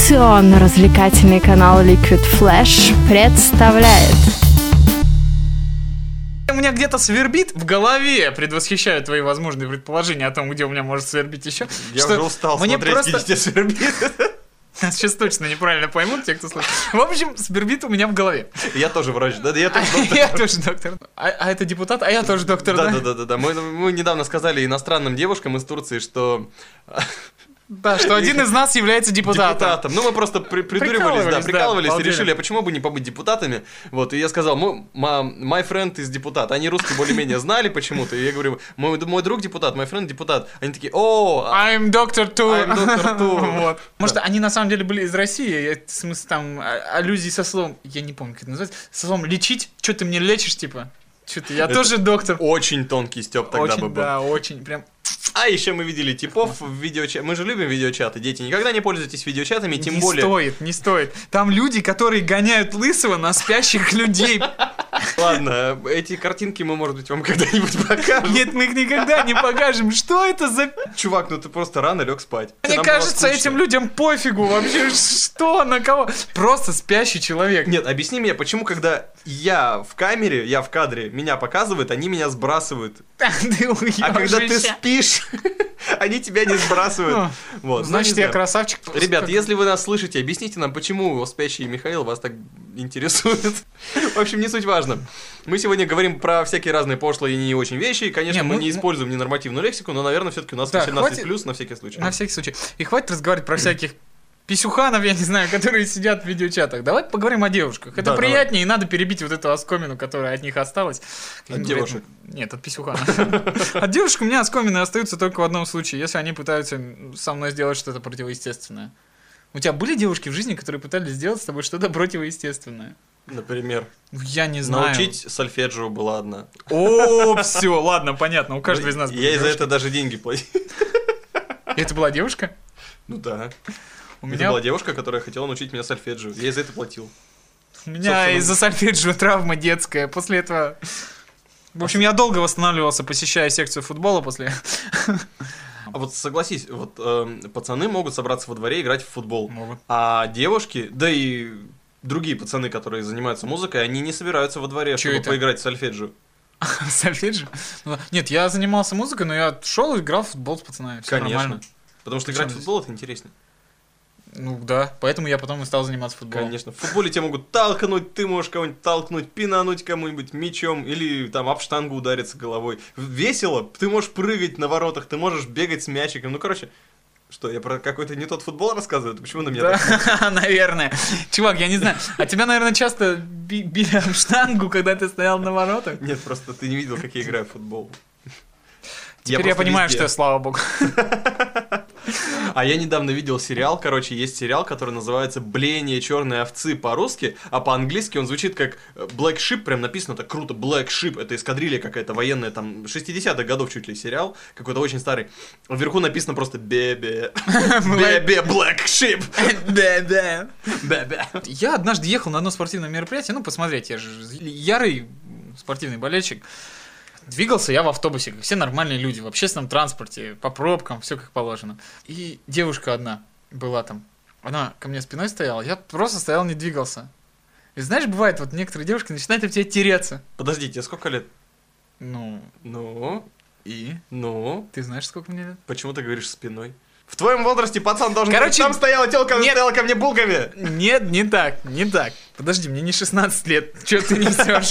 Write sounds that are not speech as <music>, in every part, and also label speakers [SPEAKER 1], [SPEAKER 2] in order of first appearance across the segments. [SPEAKER 1] Информационно-развлекательный канал Liquid Flash представляет
[SPEAKER 2] У меня где-то свербит в голове, предвосхищаю твои возможные предположения о том, где у меня может свербить еще.
[SPEAKER 3] Я
[SPEAKER 2] что
[SPEAKER 3] уже устал
[SPEAKER 2] мне
[SPEAKER 3] смотреть,
[SPEAKER 2] просто-
[SPEAKER 3] где свербит.
[SPEAKER 2] Нас <laughs> сейчас точно неправильно поймут те, кто слышит. В общем, свербит у меня в голове.
[SPEAKER 3] Я тоже врач, да, да, я тоже
[SPEAKER 2] <laughs> Я тоже доктор. А, а это депутат, а я тоже А, доктор, да?
[SPEAKER 3] Да, да, да, да, да. Мы, мы недавно сказали иностранным девушкам из Турции, что
[SPEAKER 2] Да, что один из нас является депутатом.
[SPEAKER 3] депутатом. Ну, мы просто при- придуривались,
[SPEAKER 2] Прикалывались,
[SPEAKER 3] да,
[SPEAKER 2] да,
[SPEAKER 3] прикалывались и
[SPEAKER 2] обалдели.
[SPEAKER 3] решили, а почему бы не побыть депутатами? Вот, и я сказал, «Мо- ма- my friend из депутат. Они русский более-менее знали почему-то. И я говорю, мой, мой друг депутат, мой friend депутат. Они такие, о, а
[SPEAKER 2] I'm доктор Ту. <laughs>
[SPEAKER 3] I'm Dr. Who.
[SPEAKER 2] Вот. Может, они на самом деле были из России, я- в смысле там а- аллюзии со словом, я не помню, как это называется, со словом лечить, что ты мне лечишь, типа? Что ты, я
[SPEAKER 3] Это
[SPEAKER 2] тоже доктор.
[SPEAKER 3] очень тонкий Степ тогда бы
[SPEAKER 2] Очень,
[SPEAKER 3] был.
[SPEAKER 2] да, очень, прям
[SPEAKER 3] А еще мы видели типов в видеочате. Мы же любим видеочаты, дети. Никогда не пользуйтесь видеочатами, тем
[SPEAKER 2] не
[SPEAKER 3] более.
[SPEAKER 2] стоит, не стоит. Там люди, которые гоняют лысого на спящих <laughs> людей.
[SPEAKER 3] Ладно, эти картинки мы, может быть, вам когда-нибудь покажем.
[SPEAKER 2] Нет, мы их никогда не покажем. Что это за...
[SPEAKER 3] Чувак, ну ты просто рано лег спать.
[SPEAKER 2] Мне
[SPEAKER 3] Нам было
[SPEAKER 2] кажется,
[SPEAKER 3] скучно.
[SPEAKER 2] этим людям пофигу вообще, что, на кого. Просто спящий человек. <laughs>
[SPEAKER 3] Нет, объясни мне, почему, когда я в камере, я в кадре, меня показывают, они меня сбрасывают.
[SPEAKER 2] Ты
[SPEAKER 3] А когда ты
[SPEAKER 2] уёбываешься.
[SPEAKER 3] спишь, <laughs> они тебя не
[SPEAKER 2] Ну,
[SPEAKER 3] сбрасывают. Вот,
[SPEAKER 2] Значит, я
[SPEAKER 3] красавчик.
[SPEAKER 2] красавчик.
[SPEAKER 3] Ребят, если вы нас слышите, объясните нам, почему спящий Михаил вас так интересует. В общем, не суть важно. Мы сегодня говорим про всякие разные пошлые и не очень вещи. И, конечно,
[SPEAKER 2] Не,
[SPEAKER 3] мы
[SPEAKER 2] мы-
[SPEAKER 3] не используем ненормативную лексику, но, наверное, все-таки у нас
[SPEAKER 2] Да,
[SPEAKER 3] 18
[SPEAKER 2] хватит-
[SPEAKER 3] плюс на всякий случай.
[SPEAKER 2] На всякий случай. И хватит разговаривать про всяких писюханов, я не знаю, которые сидят в видеочатах. Давай поговорим о девушках. Это
[SPEAKER 3] Да, давай.
[SPEAKER 2] приятнее, и надо перебить вот эту оскомину, которая от них осталась. Каким-то
[SPEAKER 3] девушек?
[SPEAKER 2] вредным- Нет, от писюханов. От девушек у меня оскомины остаются только в одном случае, если они пытаются со мной сделать что-то противоестественное. У тебя были девушки в жизни, которые пытались сделать с тобой что-то противоестественное?
[SPEAKER 3] Например,
[SPEAKER 2] Ну, Я не знаю.
[SPEAKER 3] научить сольфеджио была одна.
[SPEAKER 2] О, все, ладно, понятно. У каждого
[SPEAKER 3] Ну,
[SPEAKER 2] из нас были
[SPEAKER 3] Я из-за
[SPEAKER 2] девушки.
[SPEAKER 3] этого даже деньги платил.
[SPEAKER 2] <laughs> Это была девушка?
[SPEAKER 3] Ну да.
[SPEAKER 2] У
[SPEAKER 3] Это
[SPEAKER 2] меня
[SPEAKER 3] была девушка, которая хотела научить меня сольфеджио. Я за это платил.
[SPEAKER 2] У меня
[SPEAKER 3] Собственно.
[SPEAKER 2] из-за сольфеджио травма детская. После этого... В общем, я долго восстанавливался, посещая секцию футбола после...
[SPEAKER 3] А вот согласись, вот эм, пацаны могут собраться во дворе и играть в
[SPEAKER 2] <laughs>
[SPEAKER 3] футбол.
[SPEAKER 2] Могут.
[SPEAKER 3] А девушки, да и другие пацаны, которые занимаются музыкой, они не собираются во дворе,
[SPEAKER 2] Чё
[SPEAKER 3] чтобы
[SPEAKER 2] это?
[SPEAKER 3] поиграть в сольфеджио.
[SPEAKER 2] Сольфеджио? Ну да. Нет, я занимался музыкой, но я шел и играл в футбол с пацанами. Все
[SPEAKER 3] Конечно.
[SPEAKER 2] нормально.
[SPEAKER 3] Потому что
[SPEAKER 2] Причём
[SPEAKER 3] играть в
[SPEAKER 2] здесь?
[SPEAKER 3] футбол это интереснее.
[SPEAKER 2] Ну да, поэтому я потом и стал заниматься футболом.
[SPEAKER 3] Конечно. В футболе тебя могут толкнуть, ты можешь кого-нибудь толкнуть, пинануть кому-нибудь мечом или там об штангу удариться головой. Весело, ты можешь прыгать на воротах, ты можешь бегать с мячиком. Ну, короче, что, я про какой-то не тот футбол рассказываю? Ты Почему на меня
[SPEAKER 2] Да, <laughs>
[SPEAKER 3] так?
[SPEAKER 2] наверное. Чувак, я не знаю. А тебя, наверное, часто би- били об штангу, когда ты стоял на воротах?
[SPEAKER 3] Нет, просто ты не видел, как я играю в футбол.
[SPEAKER 2] Теперь я
[SPEAKER 3] просто
[SPEAKER 2] понимаю,
[SPEAKER 3] везде.
[SPEAKER 2] что я, слава богу. <laughs>
[SPEAKER 3] А я недавно видел сериал, короче, есть сериал, который называется «Бление черной овцы» по-русски, а по-английски он звучит как э, «Black Ship», прям написано так круто, «Black Ship», это эскадрилья какая-то военная, там, 60-х годов чуть ли сериал, какой-то очень старый. Вверху написано
[SPEAKER 2] <laughs>
[SPEAKER 3] просто «Бебе», «Бебе, Black Ship»,
[SPEAKER 2] Да-да.
[SPEAKER 3] «Бебе».
[SPEAKER 2] Я однажды ехал на одно спортивное мероприятие, ну, посмотреть, я же ярый спортивный болельщик. Двигался я в автобусе, как все нормальные люди, в общественном транспорте, по пробкам, все как положено. И девушка одна была там. Она ко мне спиной стояла, я просто стоял, не двигался. И знаешь, бывает, вот некоторые девушки начинают об тебя тереться.
[SPEAKER 3] Подожди, тебе а сколько лет?
[SPEAKER 2] Ну,
[SPEAKER 3] Ну,
[SPEAKER 2] и?
[SPEAKER 3] ну,
[SPEAKER 2] Ты знаешь, сколько мне лет?
[SPEAKER 3] почему ты говоришь спиной? В твоем возрасте пацан должен
[SPEAKER 2] Короче,
[SPEAKER 3] быть, там стояла телка, она
[SPEAKER 2] нет.
[SPEAKER 3] стояла ко мне булками.
[SPEAKER 2] Нет, не так, не так. Подожди, мне не 16 лет, что ты несешь?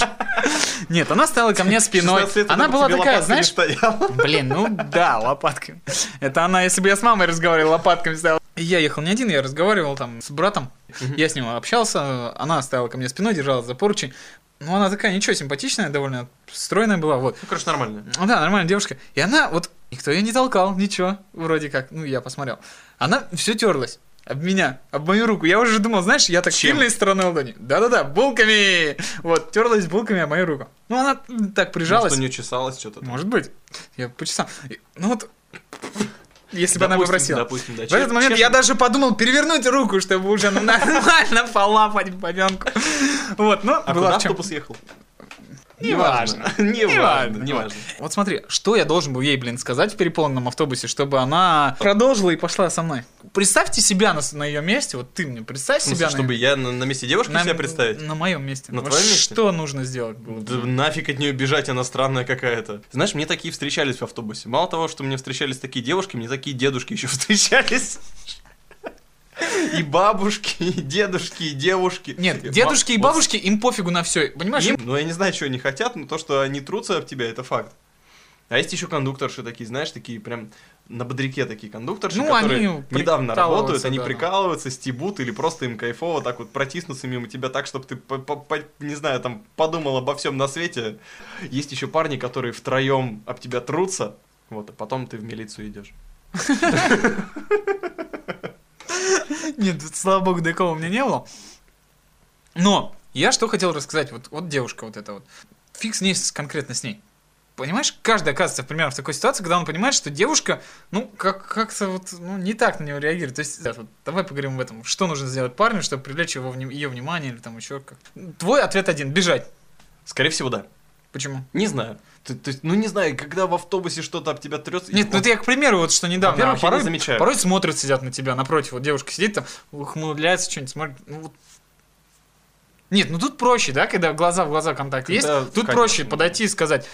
[SPEAKER 2] Нет, она стала ко мне спиной.
[SPEAKER 3] 16 лет
[SPEAKER 2] Она
[SPEAKER 3] бы
[SPEAKER 2] была
[SPEAKER 3] тебе
[SPEAKER 2] такая,
[SPEAKER 3] лопатками
[SPEAKER 2] знаешь,
[SPEAKER 3] стояла.
[SPEAKER 2] Блин, ну да, лопатками. Это она, если бы я с мамой разговаривал, лопатками стояла. И Я ехал не один, я разговаривал там с братом. Я с ним общался, она стояла ко мне спиной, держалась за поручень. Ну, она такая, ничего, симпатичная, довольно стройная была, вот.
[SPEAKER 3] Ну, короче, нормально.
[SPEAKER 2] Ну да, нормальная девушка. И она, вот, никто ее не толкал, ничего, вроде как, ну, я посмотрел. Она все терлась. Об меня, об мою руку. Я уже думал, знаешь, я так
[SPEAKER 3] Чем?
[SPEAKER 2] сильной стороной ладони. Да-да-да, булками! Вот, терлась булками об мою руку. Ну, она м, так прижалась.
[SPEAKER 3] Может, у нее чесалось что-то.
[SPEAKER 2] Может быть. Я по часам. И- Ну вот, если бы она
[SPEAKER 3] Допустим,
[SPEAKER 2] попросила.
[SPEAKER 3] Допустим, да.
[SPEAKER 2] В этот момент я даже подумал перевернуть руку, чтобы уже
[SPEAKER 3] <laughs>
[SPEAKER 2] ну, нормально полапать бабенку. Вот, но была
[SPEAKER 3] А куда Ну,
[SPEAKER 2] в чем.
[SPEAKER 3] автобус ехал?
[SPEAKER 2] Неважно.
[SPEAKER 3] Неважно. <laughs>
[SPEAKER 2] Неважно.
[SPEAKER 3] Неважно.
[SPEAKER 2] Вот смотри, что я должен был ей, блин, сказать в переполненном автобусе, чтобы она продолжила и пошла со мной. Представьте себя на, ее месте, вот ты мне представь
[SPEAKER 3] В смысле,
[SPEAKER 2] себя на-
[SPEAKER 3] чтобы я на, на месте девушки
[SPEAKER 2] на,
[SPEAKER 3] себя представить?
[SPEAKER 2] На моем месте.
[SPEAKER 3] На
[SPEAKER 2] Вот
[SPEAKER 3] твоем месте?
[SPEAKER 2] Что нужно сделать было?
[SPEAKER 3] Да нафиг от нее бежать, она странная какая-то. Знаешь, мне такие встречались в автобусе. Мало того, что мне встречались такие девушки, мне такие дедушки
[SPEAKER 2] <laughs>
[SPEAKER 3] еще встречались. И бабушки, и дедушки, и девушки.
[SPEAKER 2] Нет,
[SPEAKER 3] И
[SPEAKER 2] дедушки и
[SPEAKER 3] мам-
[SPEAKER 2] бабушки, им пофигу на все.
[SPEAKER 3] вот
[SPEAKER 2] Понимаешь?
[SPEAKER 3] им- ну, я не знаю, что они хотят, но то, что они трутся об тебя, это факт. А есть еще кондукторши такие, знаешь, такие прям на бодряке такие кондукторши,
[SPEAKER 2] Ну,
[SPEAKER 3] которые
[SPEAKER 2] они
[SPEAKER 3] недавно работают,
[SPEAKER 2] прикалываются,
[SPEAKER 3] они
[SPEAKER 2] да, да.
[SPEAKER 3] прикалываются, стебут или просто им кайфово так вот протиснуться мимо тебя так, чтобы ты, по- по- по- не знаю, там подумал обо всем на свете. Есть еще парни, которые втроем об тебя трутся, вот, а потом ты в милицию идешь.
[SPEAKER 2] <laughs> Нет, слава богу, такого у меня не было. Но я что хотел рассказать, вот, вот девушка вот эта вот. Фиг с ней, с- конкретно с ней. Понимаешь, каждый оказывается, примерно, в такой ситуации, когда он понимает, что девушка, ну, как- как-то вот, ну, не так на него реагирует. То есть, да, вот давай поговорим об этом. Что нужно сделать парню, чтобы привлечь его, ее внимание или там еще как? Твой ответ один, бежать.
[SPEAKER 3] Скорее всего, да.
[SPEAKER 2] Почему?
[SPEAKER 3] Не знаю. То, то есть, ну не знаю, когда в автобусе что-то об тебя трется.
[SPEAKER 2] Нет, ну это я к примеру, вот что недавно. а
[SPEAKER 3] Во-первых, я не
[SPEAKER 2] порой,
[SPEAKER 3] замечаю.
[SPEAKER 2] порой смотрят, сидят на тебя напротив. Вот девушка сидит там, ухмыляется, что-нибудь смотрит. Ну, вот. Нет, ну тут проще, да, когда глаза в глаза контакт есть.
[SPEAKER 3] Да,
[SPEAKER 2] Тут
[SPEAKER 3] конечно.
[SPEAKER 2] проще подойти и сказать,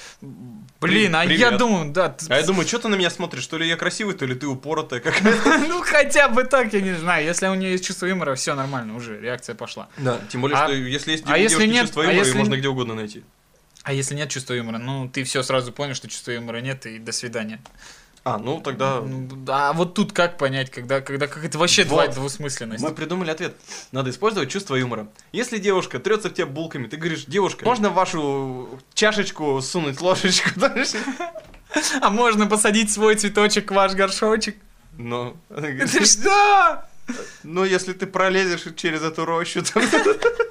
[SPEAKER 2] блин, а я
[SPEAKER 3] Привет.
[SPEAKER 2] думаю, да, ты-
[SPEAKER 3] А я думаю, что ты на меня смотришь, то ли я красивый, то ли ты упоротая какая-то.
[SPEAKER 2] <laughs> ну хотя бы так, я не знаю. Если у нее есть чувство юмора, все нормально, уже реакция пошла.
[SPEAKER 3] Да, тем более,
[SPEAKER 2] А-
[SPEAKER 3] что если есть
[SPEAKER 2] а
[SPEAKER 3] у
[SPEAKER 2] если
[SPEAKER 3] девушки
[SPEAKER 2] нет-
[SPEAKER 3] чувство
[SPEAKER 2] а
[SPEAKER 3] юмора, её
[SPEAKER 2] если-
[SPEAKER 3] можно где угодно найти.
[SPEAKER 2] А если нет чувства юмора, ну ты все сразу понял, что чувства юмора нет и до свидания.
[SPEAKER 3] А, ну тогда...
[SPEAKER 2] Ну, А вот тут как понять, когда, когда как это вообще
[SPEAKER 3] Вот.
[SPEAKER 2] бывает двусмысленность?
[SPEAKER 3] Мы придумали ответ. Надо использовать чувство юмора. Если девушка трется в тебя булками, ты говоришь, девушка, можно в вашу чашечку сунуть ложечку <laughs> дальше?
[SPEAKER 2] <laughs> А можно посадить свой цветочек в ваш горшочек?
[SPEAKER 3] <laughs> Но она
[SPEAKER 2] Это
[SPEAKER 3] говорит,
[SPEAKER 2] что?
[SPEAKER 3] ну если ты пролезешь через эту рощу, то <laughs>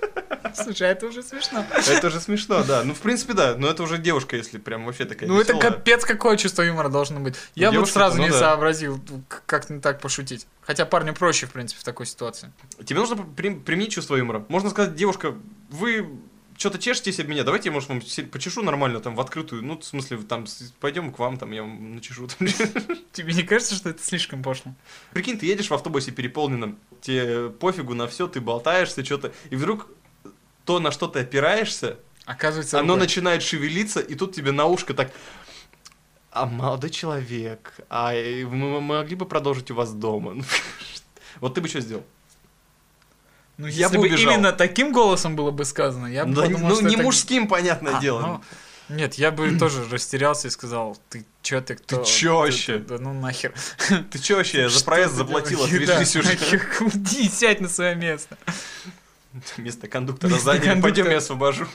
[SPEAKER 2] Слушай, это уже смешно.
[SPEAKER 3] это же смешно, да. Ну в принципе да, но это уже девушка, если прям вообще такая
[SPEAKER 2] Ну это
[SPEAKER 3] весёлая.
[SPEAKER 2] капец, какое чувство юмора должно быть. Я бы
[SPEAKER 3] Девушки-то,
[SPEAKER 2] сразу
[SPEAKER 3] ну
[SPEAKER 2] не
[SPEAKER 3] да.
[SPEAKER 2] сообразил, к- как не так пошутить. Хотя парню проще, в принципе, в такой ситуации.
[SPEAKER 3] Тебе нужно при- применить чувство юмора. Можно сказать, девушка, вы что-то чешетесь об меня, давайте я, может, вам се- почешу нормально, там, в открытую, ну, в смысле, там, пойдем к вам, там, я вам начешу. там. <laughs>
[SPEAKER 2] Тебе не кажется, что это слишком пошло?
[SPEAKER 3] Прикинь, ты едешь в автобусе переполненном, тебе пофигу на все, ты болтаешься, что-то, и вдруг то, на что ты опираешься,
[SPEAKER 2] Оказывается,
[SPEAKER 3] оно
[SPEAKER 2] рукой.
[SPEAKER 3] начинает шевелиться, и тут тебе на ушко так... А молодой человек, а э, мы мы могли бы продолжить у вас дома? <laughs> Вот ты бы что сделал?
[SPEAKER 2] ну,
[SPEAKER 3] я
[SPEAKER 2] если
[SPEAKER 3] бы
[SPEAKER 2] бы
[SPEAKER 3] убежал.
[SPEAKER 2] именно таким голосом было бы сказано, я бы
[SPEAKER 3] Да,
[SPEAKER 2] подумал,
[SPEAKER 3] ну,
[SPEAKER 2] что
[SPEAKER 3] не
[SPEAKER 2] это-
[SPEAKER 3] мужским, понятное
[SPEAKER 2] А,
[SPEAKER 3] дело.
[SPEAKER 2] ну, Нет, я бы тоже растерялся и сказал, ты чё ты кто?
[SPEAKER 3] чё вообще?»
[SPEAKER 2] Да ну нахер.
[SPEAKER 3] Ты чё вообще, за
[SPEAKER 2] Что
[SPEAKER 3] проезд
[SPEAKER 2] ты
[SPEAKER 3] заплатил,
[SPEAKER 2] делаешь? <laughs>
[SPEAKER 3] отвяжись
[SPEAKER 2] Да,
[SPEAKER 3] уже.
[SPEAKER 2] нахер, Уйди, сядь на свое место.
[SPEAKER 3] Вместо кондуктора
[SPEAKER 2] Вместо
[SPEAKER 3] заняли, пойдем
[SPEAKER 2] кондуктора.
[SPEAKER 3] я освобожу.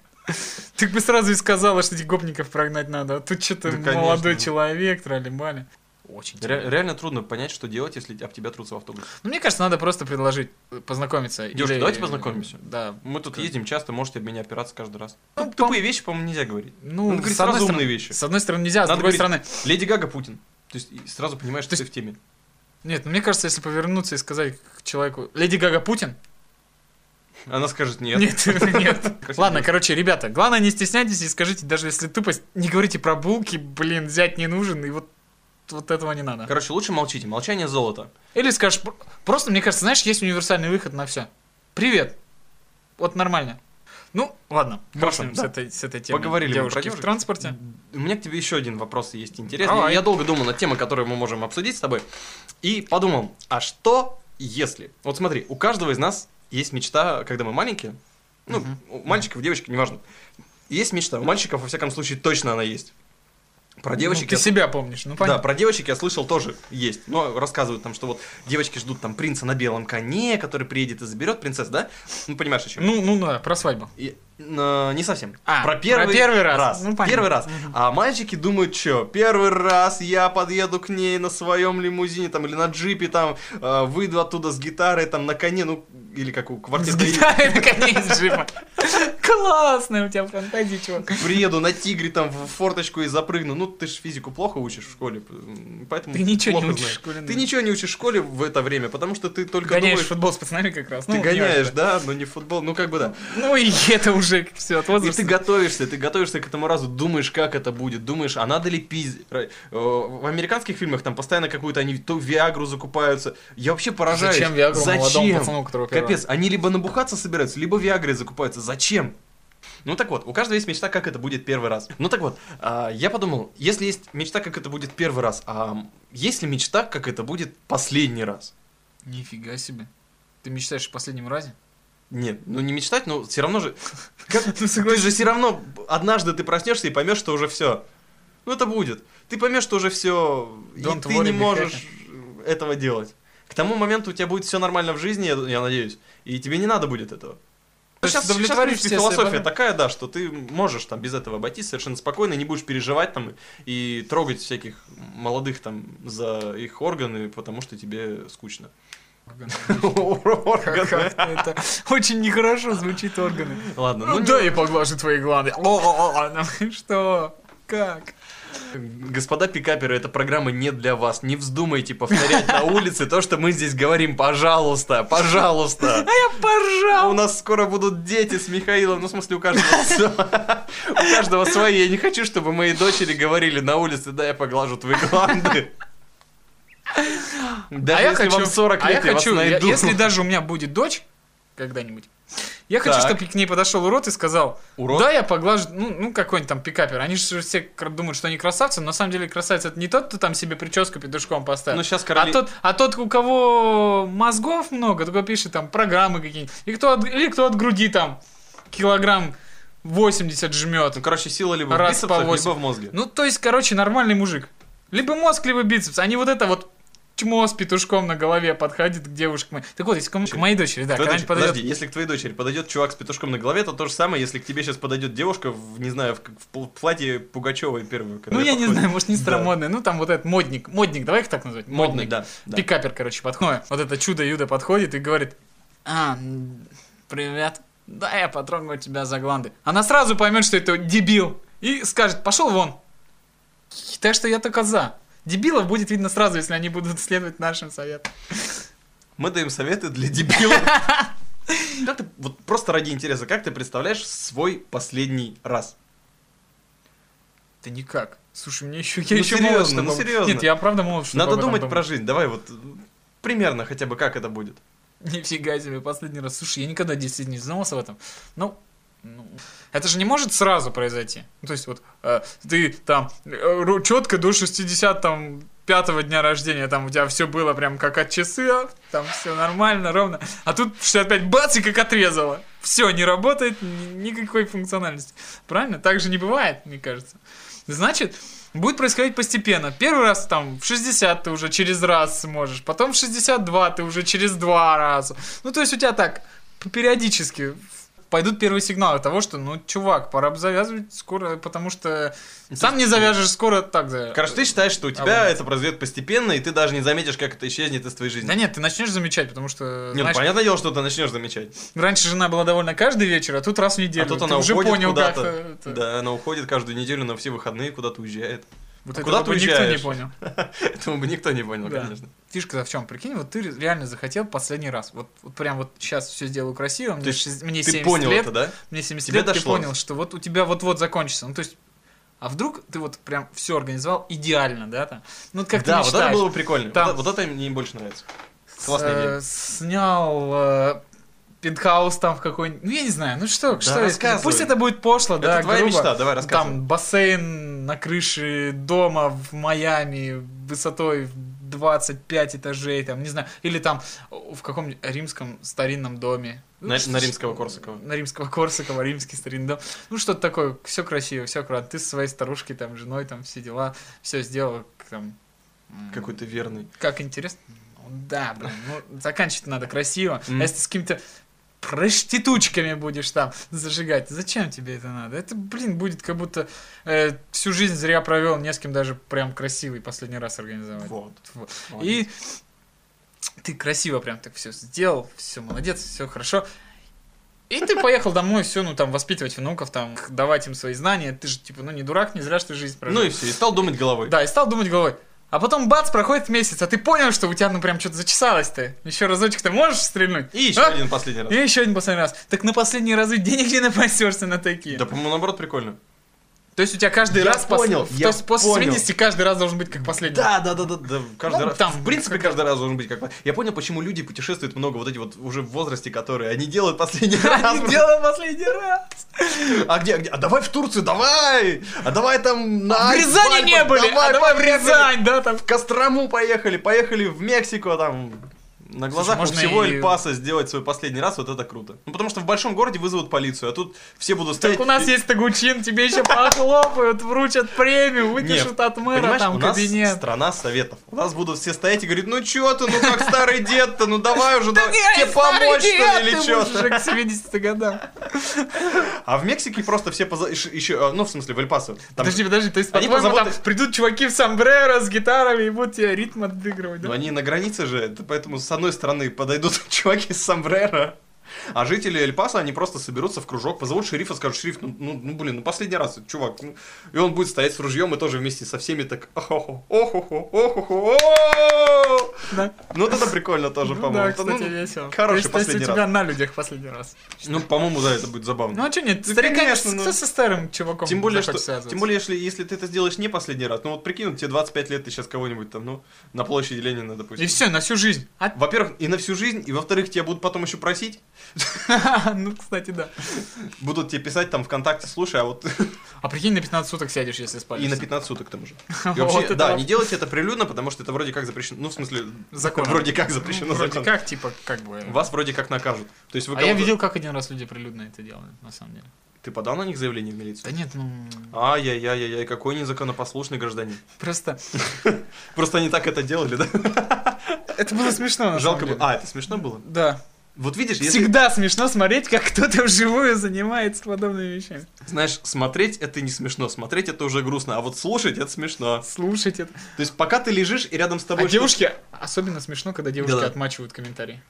[SPEAKER 2] <laughs> Ты бы сразу и сказала, что этих гопников прогнать надо. А тут что-то
[SPEAKER 3] Да, конечно.
[SPEAKER 2] молодой человек, трали-мали. Очень
[SPEAKER 3] Ре- Реально трудно понять, что делать, если об тебя трутся в автобусе.
[SPEAKER 2] Ну, мне кажется, надо просто предложить э, познакомиться.
[SPEAKER 3] Девушка,
[SPEAKER 2] Или- э,
[SPEAKER 3] давайте познакомимся.
[SPEAKER 2] Да.
[SPEAKER 3] Мы тут
[SPEAKER 2] Как?
[SPEAKER 3] ездим часто, можете об меня опираться каждый раз.
[SPEAKER 2] Ну,
[SPEAKER 3] Ну, Тупые вещи, по-моему, нельзя говорить.
[SPEAKER 2] Ну,
[SPEAKER 3] Надо говорить
[SPEAKER 2] с, одной
[SPEAKER 3] сразу
[SPEAKER 2] стороны,
[SPEAKER 3] умные вещи.
[SPEAKER 2] с одной стороны нельзя, а с
[SPEAKER 3] Надо
[SPEAKER 2] другой
[SPEAKER 3] говорить.
[SPEAKER 2] стороны...
[SPEAKER 3] Леди Гага Путин. То есть и сразу понимаешь, что
[SPEAKER 2] То
[SPEAKER 3] ты в теме.
[SPEAKER 2] Нет, ну, мне кажется, если повернуться и сказать к человеку... Леди Гага Путин?
[SPEAKER 3] Она скажет нет.
[SPEAKER 2] нет. <laughs> нет.
[SPEAKER 3] Красиво.
[SPEAKER 2] Ладно, короче, ребята, главное не стесняйтесь и скажите, даже если тупость, не говорите про булки, блин, взять не нужен, и вот, вот этого не надо.
[SPEAKER 3] Короче, лучше молчите. Молчание золото.
[SPEAKER 2] Или скажешь, пр- просто, мне кажется, знаешь, есть универсальный выход на все. Привет. Вот нормально. Ну, ладно,
[SPEAKER 3] Хорошо,
[SPEAKER 2] бросим с,
[SPEAKER 3] да.
[SPEAKER 2] этой, с этой темой.
[SPEAKER 3] Поговорили мы
[SPEAKER 2] Девушки
[SPEAKER 3] про
[SPEAKER 2] в
[SPEAKER 3] девушек.
[SPEAKER 2] транспорте.
[SPEAKER 3] У меня к тебе еще один вопрос есть интересный.
[SPEAKER 2] Давай.
[SPEAKER 3] Я долго думал над темой, которую мы можем обсудить с тобой. И подумал, а что если? Вот смотри, у каждого из нас есть мечта, когда мы маленькие. Ну,
[SPEAKER 2] Мгм.
[SPEAKER 3] у мальчиков, девочек, неважно. Есть мечта. У мальчиков, во всяком случае, точно она есть. Про девочек
[SPEAKER 2] Ну, ты
[SPEAKER 3] я
[SPEAKER 2] себя помнишь, ну
[SPEAKER 3] Да,
[SPEAKER 2] понятно.
[SPEAKER 3] про девочек я слышал тоже есть. Но рассказывают там, что вот девочки ждут там принца на белом коне, который приедет и заберет принцесс, да? Ну, понимаешь, о чем?
[SPEAKER 2] Ну, ну да, про свадьбу.
[SPEAKER 3] И, э, не совсем.
[SPEAKER 2] А,
[SPEAKER 3] про первый,
[SPEAKER 2] про первый раз. Ну, понятно.
[SPEAKER 3] первый раз. А мальчики думают, что первый раз я подъеду к ней на своем лимузине там или на джипе, там э, выйду оттуда с гитарой там на коне, ну или как у
[SPEAKER 2] С
[SPEAKER 3] квартиры.
[SPEAKER 2] гитарой наконец жива. Классная у тебя фантазия, чувак.
[SPEAKER 3] Приеду на тигре там в форточку и запрыгну. Ну, ты же физику плохо учишь в школе, м, поэтому
[SPEAKER 2] Ты ничего не
[SPEAKER 3] плохо
[SPEAKER 2] учишь
[SPEAKER 3] знаешь.
[SPEAKER 2] в школе, да.
[SPEAKER 3] Ты ничего не учишь в школе в это время, потому что ты только
[SPEAKER 2] Гоняешь
[SPEAKER 3] думаешь,
[SPEAKER 2] футбол с пацанами как раз.
[SPEAKER 3] Ты
[SPEAKER 2] ну,
[SPEAKER 3] гоняешь,
[SPEAKER 2] неважно.
[SPEAKER 3] да, но не в футбол, ну как бы да.
[SPEAKER 2] Ну и это уже все от
[SPEAKER 3] И
[SPEAKER 2] возраста.
[SPEAKER 3] ты готовишься, ты готовишься к этому разу, думаешь, как это будет, думаешь, а надо ли пиздить. В американских фильмах там постоянно какую-то они то Виагру закупаются. Я вообще поражаюсь.
[SPEAKER 2] Зачем Виагру молодому
[SPEAKER 3] Зачем?
[SPEAKER 2] пацану, у которого первый
[SPEAKER 3] Капец, они либо набухаться собираются, либо Виагрой закупаются. Зачем? Ну так вот, у каждого есть мечта, как это будет первый раз. Ну так вот, а, я подумал, если есть мечта, как это будет первый раз, а есть ли мечта, как это будет последний раз?
[SPEAKER 2] Нифига себе. Ты мечтаешь о последнем разе?
[SPEAKER 3] Нет, ну не мечтать, но все равно <laughs> же... Как, ты же все равно однажды ты проснешься и поймешь, что уже все. Ну это будет. Ты поймешь, что уже все. И
[SPEAKER 2] Don't
[SPEAKER 3] ты
[SPEAKER 2] worry,
[SPEAKER 3] не
[SPEAKER 2] be
[SPEAKER 3] можешь этого делать. К тому моменту у тебя будет все нормально в жизни, я, я надеюсь, и тебе не надо будет этого.
[SPEAKER 2] То есть
[SPEAKER 3] сейчас,
[SPEAKER 2] удовлетворишь все свои
[SPEAKER 3] философия
[SPEAKER 2] потребности.
[SPEAKER 3] такая, да, что ты можешь там без этого обойтись совершенно спокойно, и не будешь переживать там и трогать всяких молодых там за их органы, потому что тебе скучно.
[SPEAKER 2] Как
[SPEAKER 3] <laughs> Органы.
[SPEAKER 2] Это очень нехорошо звучит органы.
[SPEAKER 3] Ладно,
[SPEAKER 2] Ну
[SPEAKER 3] ну
[SPEAKER 2] да, я поглажу твои гланды. О, ну Что? Как?
[SPEAKER 3] Господа пикаперы, эта программа не для вас. Не вздумайте повторять на улице то, что мы здесь говорим. Пожалуйста, пожалуйста.
[SPEAKER 2] Поржал!
[SPEAKER 3] У нас скоро будут дети с Михаилом. Ну, в смысле, у каждого, с- у каждого свои. Я не хочу, чтобы мои дочери говорили на улице, да, я поглажу твои гланды. Даже если вам 40
[SPEAKER 2] а
[SPEAKER 3] лет, я,
[SPEAKER 2] я А хочу,
[SPEAKER 3] вас
[SPEAKER 2] я-
[SPEAKER 3] найду.
[SPEAKER 2] если даже у меня будет дочь когда-нибудь, я хочу,
[SPEAKER 3] Так.
[SPEAKER 2] чтобы к ней подошел урод и сказал,
[SPEAKER 3] Урод?
[SPEAKER 2] да, я поглажу, ну, ну какой-нибудь там пикапер. Они же все кра- думают, что они красавцы, но на самом деле красавец это не тот, кто там себе прическу петушком поставил.
[SPEAKER 3] Ну, сейчас короли...
[SPEAKER 2] А тот, а тот, у кого мозгов много, только пишет там программы какие-нибудь. И кто от, или кто от груди там килограмм 80 жмет.
[SPEAKER 3] Ну, короче, сила либо в
[SPEAKER 2] Раз по
[SPEAKER 3] бицепсах,
[SPEAKER 2] восемь.
[SPEAKER 3] либо в мозге.
[SPEAKER 2] Ну, то есть, короче, нормальный мужик. Либо мозг, либо бицепс. Они вот это вот чмо с петушком на голове подходит к девушке. моей. Так вот, если кому- к моей дочери, да,
[SPEAKER 3] Твоя
[SPEAKER 2] когда
[SPEAKER 3] дочь-
[SPEAKER 2] подойдет...
[SPEAKER 3] Подожди, типа, если к твоей дочери подойдет чувак с петушком на голове, то то же самое, если к тебе сейчас подойдет девушка, в, не знаю, в, к- в пл- платье Пугачевой первую.
[SPEAKER 2] Ну,
[SPEAKER 3] которая
[SPEAKER 2] я не
[SPEAKER 3] подходит.
[SPEAKER 2] знаю, может, не
[SPEAKER 3] Да.
[SPEAKER 2] старомодный. Ну, там вот этот модник. Модник, давай их так назвать.
[SPEAKER 3] Модный, да. да.
[SPEAKER 2] Пикапер, короче, подходит. Вот это чудо Юда подходит и говорит, а, м, привет, да, я потрогаю тебя за гланды. Она сразу поймет, что это дебил, и скажет, пошел вон. Так что я только за. Дебилов будет видно сразу, если они будут следовать нашим советам.
[SPEAKER 3] Мы даем советы
[SPEAKER 2] <laughs>
[SPEAKER 3] для дебилов. Как ты, вот просто ради интереса, как ты представляешь свой последний раз?
[SPEAKER 2] Да никак. Слушай, мне еще, я
[SPEAKER 3] Ну,
[SPEAKER 2] еще
[SPEAKER 3] серьезно,
[SPEAKER 2] молод, чтобы
[SPEAKER 3] ну,
[SPEAKER 2] об-
[SPEAKER 3] серьезно.
[SPEAKER 2] Нет, я правда молод, чтобы
[SPEAKER 3] Надо
[SPEAKER 2] об этом
[SPEAKER 3] думать про
[SPEAKER 2] думать.
[SPEAKER 3] жизнь. Давай вот м, примерно хотя бы как это будет.
[SPEAKER 2] <laughs> Нифига себе, последний раз. Слушай, я никогда действительно не знался в этом. Ну, ну, это же не может сразу произойти. Ну, то есть вот э, ты там четко до 60 там пятого дня рождения, там у тебя все было прям как от часы, а, там все нормально, ровно. А тут 65 бац и как отрезало. Все, не работает ни- никакой функциональности. Правильно? Так же не бывает, мне кажется. Значит, будет происходить постепенно. Первый раз там в 60 ты уже через раз сможешь, потом в 62 ты уже через два раза. Ну, то есть у тебя так п- периодически пойдут первые сигналы того, что, ну, чувак, пора бы завязывать скоро, потому что
[SPEAKER 3] Ну,
[SPEAKER 2] сам не завяжешь, скоро так завяжешь.
[SPEAKER 3] Короче, ты считаешь, что у тебя
[SPEAKER 2] А вот.
[SPEAKER 3] это произойдет постепенно, и ты даже не заметишь, как это исчезнет из твоей жизни.
[SPEAKER 2] Да нет, ты начнешь замечать, потому что
[SPEAKER 3] Нет,
[SPEAKER 2] знаешь,
[SPEAKER 3] понятное дело, что ты начнешь замечать.
[SPEAKER 2] раньше жена была довольна каждый вечер, а тут раз в неделю.
[SPEAKER 3] а тут
[SPEAKER 2] Ты
[SPEAKER 3] она
[SPEAKER 2] уже
[SPEAKER 3] уходит
[SPEAKER 2] понял, как
[SPEAKER 3] куда-то.
[SPEAKER 2] это-
[SPEAKER 3] Да, она уходит каждую неделю на все выходные куда-то уезжает. <laughs>
[SPEAKER 2] Вот
[SPEAKER 3] А
[SPEAKER 2] это
[SPEAKER 3] куда
[SPEAKER 2] вот
[SPEAKER 3] ты
[SPEAKER 2] бы никто не
[SPEAKER 3] уезжаешь?
[SPEAKER 2] понял.
[SPEAKER 3] Этого бы никто не понял,
[SPEAKER 2] Да.
[SPEAKER 3] конечно.
[SPEAKER 2] Фишка-то в чем? Прикинь, вот ты реально захотел последний раз. Вот, вот прям вот сейчас все сделаю красиво, мне,
[SPEAKER 3] То есть
[SPEAKER 2] шесть- мне
[SPEAKER 3] Ты
[SPEAKER 2] 70
[SPEAKER 3] понял
[SPEAKER 2] лет,
[SPEAKER 3] это, да?
[SPEAKER 2] мне 70
[SPEAKER 3] Тебе
[SPEAKER 2] лет,
[SPEAKER 3] дошло.
[SPEAKER 2] ты понял, что вот у тебя вот-вот закончится. Ну, то есть, а вдруг ты вот прям все организовал идеально, да, там? Ну, вот как
[SPEAKER 3] да,
[SPEAKER 2] ты
[SPEAKER 3] вот это
[SPEAKER 2] мечтаешь.
[SPEAKER 3] было бы прикольно.
[SPEAKER 2] Там-
[SPEAKER 3] Вот, вот это мне больше нравится.
[SPEAKER 2] С-
[SPEAKER 3] классная
[SPEAKER 2] э,
[SPEAKER 3] идея.
[SPEAKER 2] Снял э, пентхаус там в какой-нибудь... Ну, я не знаю, ну что,
[SPEAKER 3] Да,
[SPEAKER 2] что я скажу? Пусть
[SPEAKER 3] рассказывай.
[SPEAKER 2] это будет пошло, да,
[SPEAKER 3] это твоя
[SPEAKER 2] грубо.
[SPEAKER 3] мечта, давай рассказывай.
[SPEAKER 2] Там бассейн на крыше дома в Майами высотой в 25 этажей, там, не знаю, или там в каком римском старинном доме. Ну,
[SPEAKER 3] На-
[SPEAKER 2] что-
[SPEAKER 3] на римского Корсакова.
[SPEAKER 2] На римского Корсакова, римский старинный дом. Ну, что-то такое, все красиво, все аккуратно. Ты со своей старушкой, там, женой, там, все дела, все сделал, там... м,
[SPEAKER 3] Какой ты верный.
[SPEAKER 2] Как интересно. Ну, Да, блин, ну, заканчивать надо красиво.
[SPEAKER 3] Мгм.
[SPEAKER 2] А если ты с какими-то проститучками будешь там зажигать. Зачем тебе это надо? Это, блин, будет как будто э, всю жизнь зря провел, не с кем даже прям красивый последний раз организовать.
[SPEAKER 3] Вот.
[SPEAKER 2] Вот.
[SPEAKER 3] И
[SPEAKER 2] И ты красиво прям так все сделал, все молодец, все хорошо. И ты поехал домой, все, ну там, воспитывать внуков, там, давать им свои знания. Ты же, типа, ну не дурак, не зря, что ты жизнь прожил.
[SPEAKER 3] ну и все, и стал думать головой.
[SPEAKER 2] Да, и стал думать головой. А потом бац, проходит месяц, а ты понял, что у тебя ну прям что-то зачесалось ты. Еще разочек ты можешь стрельнуть?
[SPEAKER 3] И еще
[SPEAKER 2] А?
[SPEAKER 3] один последний раз.
[SPEAKER 2] И еще один последний раз. Так на последний разы денег не напасешься на такие.
[SPEAKER 3] Да, по-моему, наоборот, прикольно.
[SPEAKER 2] То есть у тебя каждый
[SPEAKER 3] Я
[SPEAKER 2] раз пос-
[SPEAKER 3] понял,
[SPEAKER 2] в-
[SPEAKER 3] я
[SPEAKER 2] то есть после
[SPEAKER 3] понял.
[SPEAKER 2] 70 каждый раз должен быть как последний.
[SPEAKER 3] Да, да, да, да, да. Каждый
[SPEAKER 2] Ну,
[SPEAKER 3] раз.
[SPEAKER 2] там,
[SPEAKER 3] в принципе, каждый раз должен быть как. Я понял, почему люди путешествуют много вот эти вот уже в возрасте, которые они делают последний раз.
[SPEAKER 2] <laughs> Они делают последний раз.
[SPEAKER 3] А где, а где? А давай в Турцию, давай! А давай там на
[SPEAKER 2] В Рязани не
[SPEAKER 3] Альпах,
[SPEAKER 2] были, а давай в
[SPEAKER 3] поехали!
[SPEAKER 2] Рязань, да, там.
[SPEAKER 3] В Кострому поехали, поехали в Мексику, а там на глазах у
[SPEAKER 2] можно
[SPEAKER 3] всего
[SPEAKER 2] и-
[SPEAKER 3] Эль Паса сделать свой последний раз, вот это круто. Ну, потому что в большом городе вызовут полицию, а тут все будут стоять...
[SPEAKER 2] Так у нас
[SPEAKER 3] и-
[SPEAKER 2] есть Тагучин, тебе
[SPEAKER 3] <laughs>
[SPEAKER 2] еще похлопают, вручат премию, выпишут от мэра
[SPEAKER 3] Понимаешь, у
[SPEAKER 2] там
[SPEAKER 3] нас
[SPEAKER 2] кабинет.
[SPEAKER 3] страна советов. У нас будут все стоять и говорить, ну чё ты, ну как старый дед-то, ну давай уже, давай,
[SPEAKER 2] Эй,
[SPEAKER 3] тебе помочь
[SPEAKER 2] старый
[SPEAKER 3] что ли,
[SPEAKER 2] дед,
[SPEAKER 3] или
[SPEAKER 2] ты
[SPEAKER 3] чё?
[SPEAKER 2] будешь уже к 70 годам.
[SPEAKER 3] А в Мексике просто все поза... еще, ну в смысле в Эль-Пасо. Там-
[SPEAKER 2] Подожди, подожди, то есть,
[SPEAKER 3] Они
[SPEAKER 2] по-твоему,
[SPEAKER 3] позаботы-
[SPEAKER 2] там придут чуваки в сомбреро с гитарами и будут тебе ритм отыгрывать, да?
[SPEAKER 3] Ну они на границе же, это поэтому с одной стороны подойдут <laughs> чуваки с сомбреро, а жители Эль-Паса, они просто соберутся в кружок, позовут шерифа, скажут, шериф, ну, ну, ну, блин, ну последний раз, чувак. ну». и он будет стоять с ружьем и тоже вместе со всеми так... «Охо-хо, охо-хо, охо-хо, о-о-о».
[SPEAKER 2] Да.
[SPEAKER 3] Ну вот это прикольно тоже,
[SPEAKER 2] Ну
[SPEAKER 3] по-моему.
[SPEAKER 2] да,
[SPEAKER 3] Это,
[SPEAKER 2] кстати,
[SPEAKER 3] ну,
[SPEAKER 2] весело.
[SPEAKER 3] Хороший
[SPEAKER 2] то есть,
[SPEAKER 3] последний
[SPEAKER 2] у тебя
[SPEAKER 3] раз.
[SPEAKER 2] на людях последний раз.
[SPEAKER 3] Ну, по-моему, да, это будет
[SPEAKER 2] Ну
[SPEAKER 3] забавно.
[SPEAKER 2] а что нет,
[SPEAKER 3] Да,
[SPEAKER 2] старика,
[SPEAKER 3] конечно,
[SPEAKER 2] кто
[SPEAKER 3] ну.
[SPEAKER 2] со старым чуваком
[SPEAKER 3] Тем более,
[SPEAKER 2] захочет
[SPEAKER 3] что,
[SPEAKER 2] связываться?
[SPEAKER 3] тем более, если, если ты это сделаешь не последний раз, ну вот прикинь, тебе 25 лет, ты сейчас кого-нибудь там, ну, на площади Ленина, допустим.
[SPEAKER 2] И все, на всю жизнь. А- <laughs>
[SPEAKER 3] Во-первых, и на всю жизнь, и во-вторых, тебя будут потом еще просить,
[SPEAKER 2] ну, кстати, да.
[SPEAKER 3] будут тебе писать там ВКонтакте, слушай, а вот
[SPEAKER 2] А прикинь, на 15 суток сядешь, если спалишься.
[SPEAKER 3] и на 15 суток к тому
[SPEAKER 2] <laughs>
[SPEAKER 3] же.
[SPEAKER 2] Вот
[SPEAKER 3] И вообще,
[SPEAKER 2] это
[SPEAKER 3] да,
[SPEAKER 2] вообще-
[SPEAKER 3] не делайте это прилюдно, потому что это вроде как запрещено, ну, в смысле,
[SPEAKER 2] Законом.
[SPEAKER 3] <laughs> вроде как
[SPEAKER 2] Ну,
[SPEAKER 3] запрещено
[SPEAKER 2] вроде
[SPEAKER 3] законом.
[SPEAKER 2] как, типа, как бы...
[SPEAKER 3] Вас вроде как накажут. То есть вы
[SPEAKER 2] а я
[SPEAKER 3] кого-то-
[SPEAKER 2] видел, как один раз люди прилюдно это делали, на самом деле.
[SPEAKER 3] Ты подал на них заявление в милицию?
[SPEAKER 2] Да нет, ну...
[SPEAKER 3] Ай-яй-яй-яй, какой незаконопослушный гражданин. <laughs>
[SPEAKER 2] Просто...
[SPEAKER 3] Просто они так это делали, да?
[SPEAKER 2] Это было смешно, на
[SPEAKER 3] Жалко
[SPEAKER 2] самом
[SPEAKER 3] было.
[SPEAKER 2] деле.
[SPEAKER 3] А, это смешно было?
[SPEAKER 2] Да.
[SPEAKER 3] Вот видишь, если,
[SPEAKER 2] Всегда смешно смотреть, как кто-то вживую занимается подобными вещами.
[SPEAKER 3] знаешь, смотреть это не смешно, смотреть это уже грустно, а вот слушать это смешно.
[SPEAKER 2] Слушать это.
[SPEAKER 3] То есть пока ты лежишь и рядом с тобой...
[SPEAKER 2] А
[SPEAKER 3] что-то-
[SPEAKER 2] девушки, особенно смешно, когда девушки
[SPEAKER 3] Да-да.
[SPEAKER 2] отмачивают комментарии.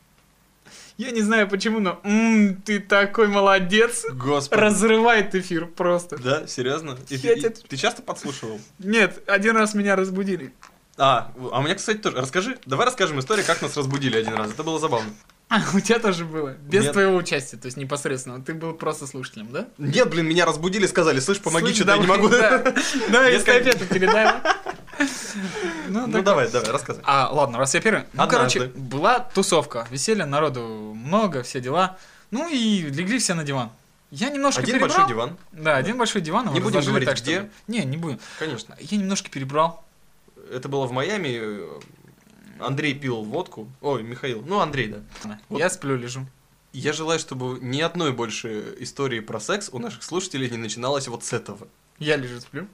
[SPEAKER 2] Я не знаю почему, но «М, ты такой молодец.
[SPEAKER 3] Господи.
[SPEAKER 2] Разрывает эфир просто.
[SPEAKER 3] Да, серьезно? И
[SPEAKER 2] Я
[SPEAKER 3] ты,
[SPEAKER 2] тебя-
[SPEAKER 3] и ты часто подслушивал?
[SPEAKER 2] Нет, один раз меня разбудили.
[SPEAKER 3] А, а у меня, кстати, тоже. Расскажи, давай расскажем историю, как нас разбудили один раз. Это было забавно.
[SPEAKER 2] А, у тебя тоже было. Без
[SPEAKER 3] Нет.
[SPEAKER 2] твоего участия, то есть непосредственно. Ты был просто слушателем, да?
[SPEAKER 3] Нет, блин, меня разбудили, сказали, слышь, помоги,
[SPEAKER 2] Слышь,
[SPEAKER 3] что-то я не
[SPEAKER 2] давай,
[SPEAKER 3] могу.
[SPEAKER 2] Да, да
[SPEAKER 3] Я
[SPEAKER 2] эстафету передай.
[SPEAKER 3] <laughs> Ну давай, давай, рассказывай.
[SPEAKER 2] А, ладно, раз я первый. Ну,
[SPEAKER 3] Однажды.
[SPEAKER 2] короче, была тусовка, веселье, народу много, все дела. Ну и легли все на диван. Я немножко
[SPEAKER 3] Один
[SPEAKER 2] перебрал.
[SPEAKER 3] большой диван.
[SPEAKER 2] Да, один большой диван. его
[SPEAKER 3] Не будем
[SPEAKER 2] разложили
[SPEAKER 3] говорить,
[SPEAKER 2] так, чтобы-
[SPEAKER 3] где.
[SPEAKER 2] Не, не будем.
[SPEAKER 3] Конечно.
[SPEAKER 2] Я немножко перебрал.
[SPEAKER 3] Это было в Майами. э, Андрей пил водку. Ой, Михаил. Ну, Андрей, да. Вот.
[SPEAKER 2] Я сплю, лежу.
[SPEAKER 3] Я желаю, чтобы ни одной больше истории про секс у наших слушателей не начиналось вот с этого.
[SPEAKER 2] Я лежу, сплю.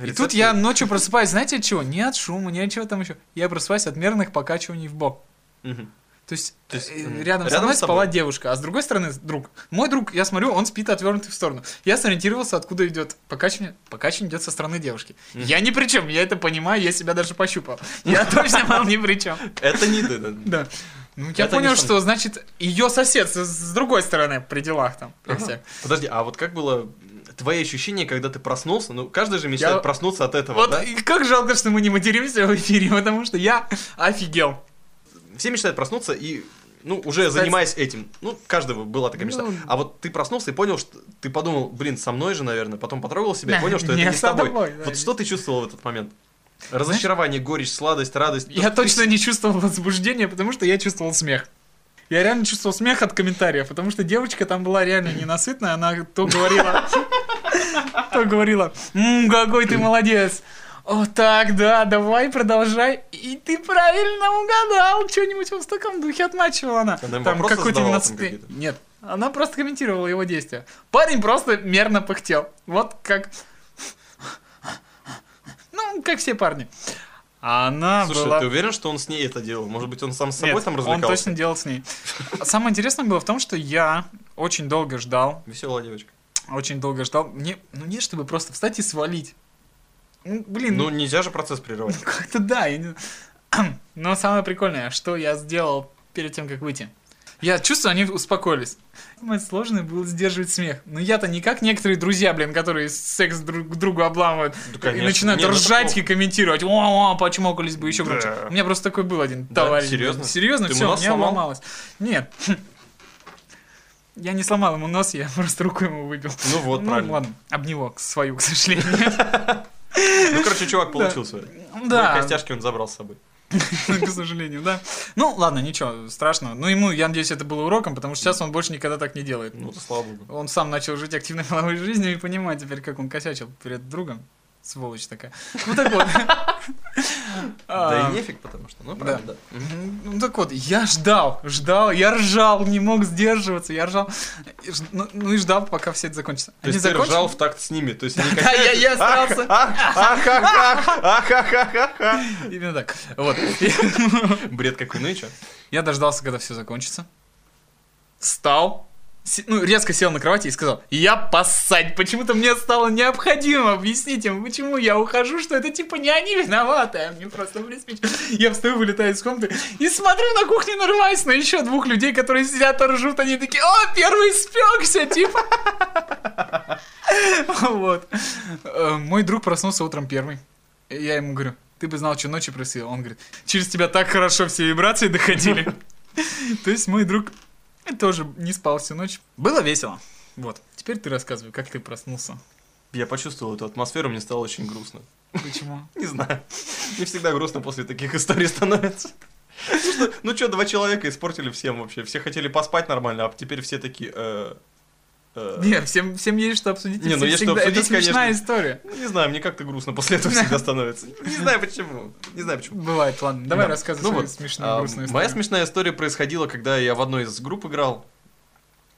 [SPEAKER 2] И
[SPEAKER 3] Рецепт-
[SPEAKER 2] тут я ночью просыпаюсь, знаете от чего? Не от шума, не от чего там еще. Я просыпаюсь от мерных покачиваний в бок.
[SPEAKER 3] Мгм.
[SPEAKER 2] То есть,
[SPEAKER 3] То есть,
[SPEAKER 2] э,
[SPEAKER 3] м,
[SPEAKER 2] рядом, со
[SPEAKER 3] рядом
[SPEAKER 2] мной
[SPEAKER 3] с тобой?
[SPEAKER 2] спала девушка, а с другой стороны друг. Мой друг, я смотрю, он спит отвернутый в сторону. Я сориентировался, откуда идет покачивание. Покачивание идет со стороны девушки.
[SPEAKER 3] Мгм.
[SPEAKER 2] Я ни при чем, я это понимаю, я себя даже пощупал.
[SPEAKER 3] <laughs>
[SPEAKER 2] Я точно был ни при чем.
[SPEAKER 3] Это не ты, да.
[SPEAKER 2] Да. Ну, я
[SPEAKER 3] Это не
[SPEAKER 2] понял,
[SPEAKER 3] сон.
[SPEAKER 2] что, значит, ее сосед с- с другой стороны при делах там. при
[SPEAKER 3] Ага.
[SPEAKER 2] всех.
[SPEAKER 3] Подожди, а вот как было м, твои ощущения, когда ты проснулся? Ну, каждый же мечтает
[SPEAKER 2] Я-
[SPEAKER 3] проснуться от этого,
[SPEAKER 2] Вот
[SPEAKER 3] да?
[SPEAKER 2] и как жалко, что мы не материмся в эфире, <laughs> потому что я офигел.
[SPEAKER 3] Все мечтают проснуться и, ну, уже занимаясь этим. Ну, у каждого была такая мечта.
[SPEAKER 2] Ну,
[SPEAKER 3] А вот ты проснулся и понял, что ты подумал, блин, со мной же, наверное. Потом потрогал себя и понял, что это
[SPEAKER 2] Не
[SPEAKER 3] не с
[SPEAKER 2] со
[SPEAKER 3] тобой.
[SPEAKER 2] мной, да.
[SPEAKER 3] Вот что ты чувствовал в этот момент? Разочарование, горечь, сладость, радость.
[SPEAKER 2] Я точно не чувствовал возбуждения, потому что я чувствовал смех. Я реально чувствовал смех от комментариев, потому что девочка там была реально ненасытная, она то говорила, то говорила, «М, какой ты молодец, о, так, да, давай, продолжай. И ты правильно угадал. Что-нибудь в таком духе отмачивала она.
[SPEAKER 3] Она им вопросы задавала там какие-то?
[SPEAKER 2] Нет. Она просто комментировала его действия. Парень просто мерно пыхтел. Вот как... Ну, как все парни. А Она
[SPEAKER 3] Слушай,
[SPEAKER 2] была...
[SPEAKER 3] ты уверен, что он с ней это делал? Может быть, он сам с собой
[SPEAKER 2] Нет,
[SPEAKER 3] там
[SPEAKER 2] он
[SPEAKER 3] развлекался?
[SPEAKER 2] точно делал с ней. Самое интересное было в том, что я очень долго ждал,
[SPEAKER 3] Веселая девочка.
[SPEAKER 2] очень долго ждал. Мне, ну нет, чтобы просто встать и свалить. Ну, блин,
[SPEAKER 3] Ну,
[SPEAKER 2] ну,
[SPEAKER 3] нельзя же процесс прерывать.
[SPEAKER 2] <clears throat> как-то да. я не- Но самое прикольное, что я сделал перед тем, как выйти. Я чувствую, они успокоились. Самое сложное было сдерживать смех. Но я-то не как некоторые друзья, блин, которые секс друг к другу обламывают
[SPEAKER 3] Да,
[SPEAKER 2] и
[SPEAKER 3] конечно.
[SPEAKER 2] начинают
[SPEAKER 3] Не, ну
[SPEAKER 2] ржать
[SPEAKER 3] такого.
[SPEAKER 2] и комментировать. О, о, почмокались бы еще
[SPEAKER 3] Да.
[SPEAKER 2] круче. У меня просто такой был один
[SPEAKER 3] Да?
[SPEAKER 2] товарищ.
[SPEAKER 3] Серьезно?
[SPEAKER 2] Серьезно,
[SPEAKER 3] Ты ему
[SPEAKER 2] все, у
[SPEAKER 3] нос
[SPEAKER 2] меня
[SPEAKER 3] сломал?
[SPEAKER 2] ломалось. Нет. <laughs> Я не сломал ему нос, я <laughs> просто руку ему выбил.
[SPEAKER 3] Ну вот,
[SPEAKER 2] ну,
[SPEAKER 3] правильно.
[SPEAKER 2] ладно, об него, к- свою, к сожалению.
[SPEAKER 3] Ну,
[SPEAKER 2] <laughs>
[SPEAKER 3] короче, чувак получил свое.
[SPEAKER 2] Да.
[SPEAKER 3] Ну, Костяшки он забрал с собой.
[SPEAKER 2] <laughs> к сожалению, да. Ну, ладно, ничего страшного. Ну, ему, я надеюсь, это было уроком, потому что сейчас он больше никогда так не делает.
[SPEAKER 3] Ну, слава богу.
[SPEAKER 2] Он сам начал жить активной половой жизнью и понимает теперь, как он косячил перед другом. Сволочь такая. Ну так вот.
[SPEAKER 3] <laughs> Да
[SPEAKER 2] А,
[SPEAKER 3] и нефиг, потому что, ну,
[SPEAKER 2] да.
[SPEAKER 3] правда, да.
[SPEAKER 2] Ну так вот, я ждал, ждал, я ржал, не мог сдерживаться, я ржал. И ж- Ну, ну и ждал, пока все это закончится.
[SPEAKER 3] То есть ты
[SPEAKER 2] закончили?
[SPEAKER 3] ржал в такт с ними, то есть они
[SPEAKER 2] Да, я, я старался.
[SPEAKER 3] <laughs> как...
[SPEAKER 2] Именно так. Вот.
[SPEAKER 3] Бред какой, ну и чё?
[SPEAKER 2] Я дождался, когда все закончится. Встал. Се- Ну, резко сел на кровати и сказал, я поссать, почему-то мне стало необходимо объяснить им, почему я ухожу, что это типа не они виноваты, а мне просто приспичило. Я встаю, вылетаю из комнаты и смотрю на кухне, нарываюсь на еще двух людей, которые сидят и ржут, они такие, о, первый спекся, типа. <laughs> Вот. Э, Мой друг проснулся утром первый. Я ему говорю, ты бы знал, что ночью просил. Он говорит, через тебя так хорошо все вибрации доходили. <laughs> То есть мой друг тоже не спал всю ночь. Было весело. Вот. Теперь ты рассказывай, как ты проснулся.
[SPEAKER 3] Я почувствовал эту атмосферу, мне стало очень грустно.
[SPEAKER 2] Почему?
[SPEAKER 3] Не знаю. Мне всегда грустно после таких историй становится. Ну что, Ну что, два человека испортили всем вообще. Все хотели поспать нормально, а теперь все такие... э, э,
[SPEAKER 2] <laughs> Не, всем, всем есть что обсудить. и
[SPEAKER 3] Не, ну
[SPEAKER 2] всем
[SPEAKER 3] есть что
[SPEAKER 2] всегда-
[SPEAKER 3] обсудить,
[SPEAKER 2] Это смешная
[SPEAKER 3] конечно.
[SPEAKER 2] история.
[SPEAKER 3] ну, Не знаю, мне как-то грустно после этого
[SPEAKER 2] <laughs>
[SPEAKER 3] всегда становится. Не знаю почему. Не знаю почему.
[SPEAKER 2] Бывает, ладно. Давай
[SPEAKER 3] Да.
[SPEAKER 2] рассказывай
[SPEAKER 3] Ну
[SPEAKER 2] свою
[SPEAKER 3] вот,
[SPEAKER 2] смешную,
[SPEAKER 3] а,
[SPEAKER 2] грустную историю.
[SPEAKER 3] Моя смешная история происходила, когда я в одной из групп играл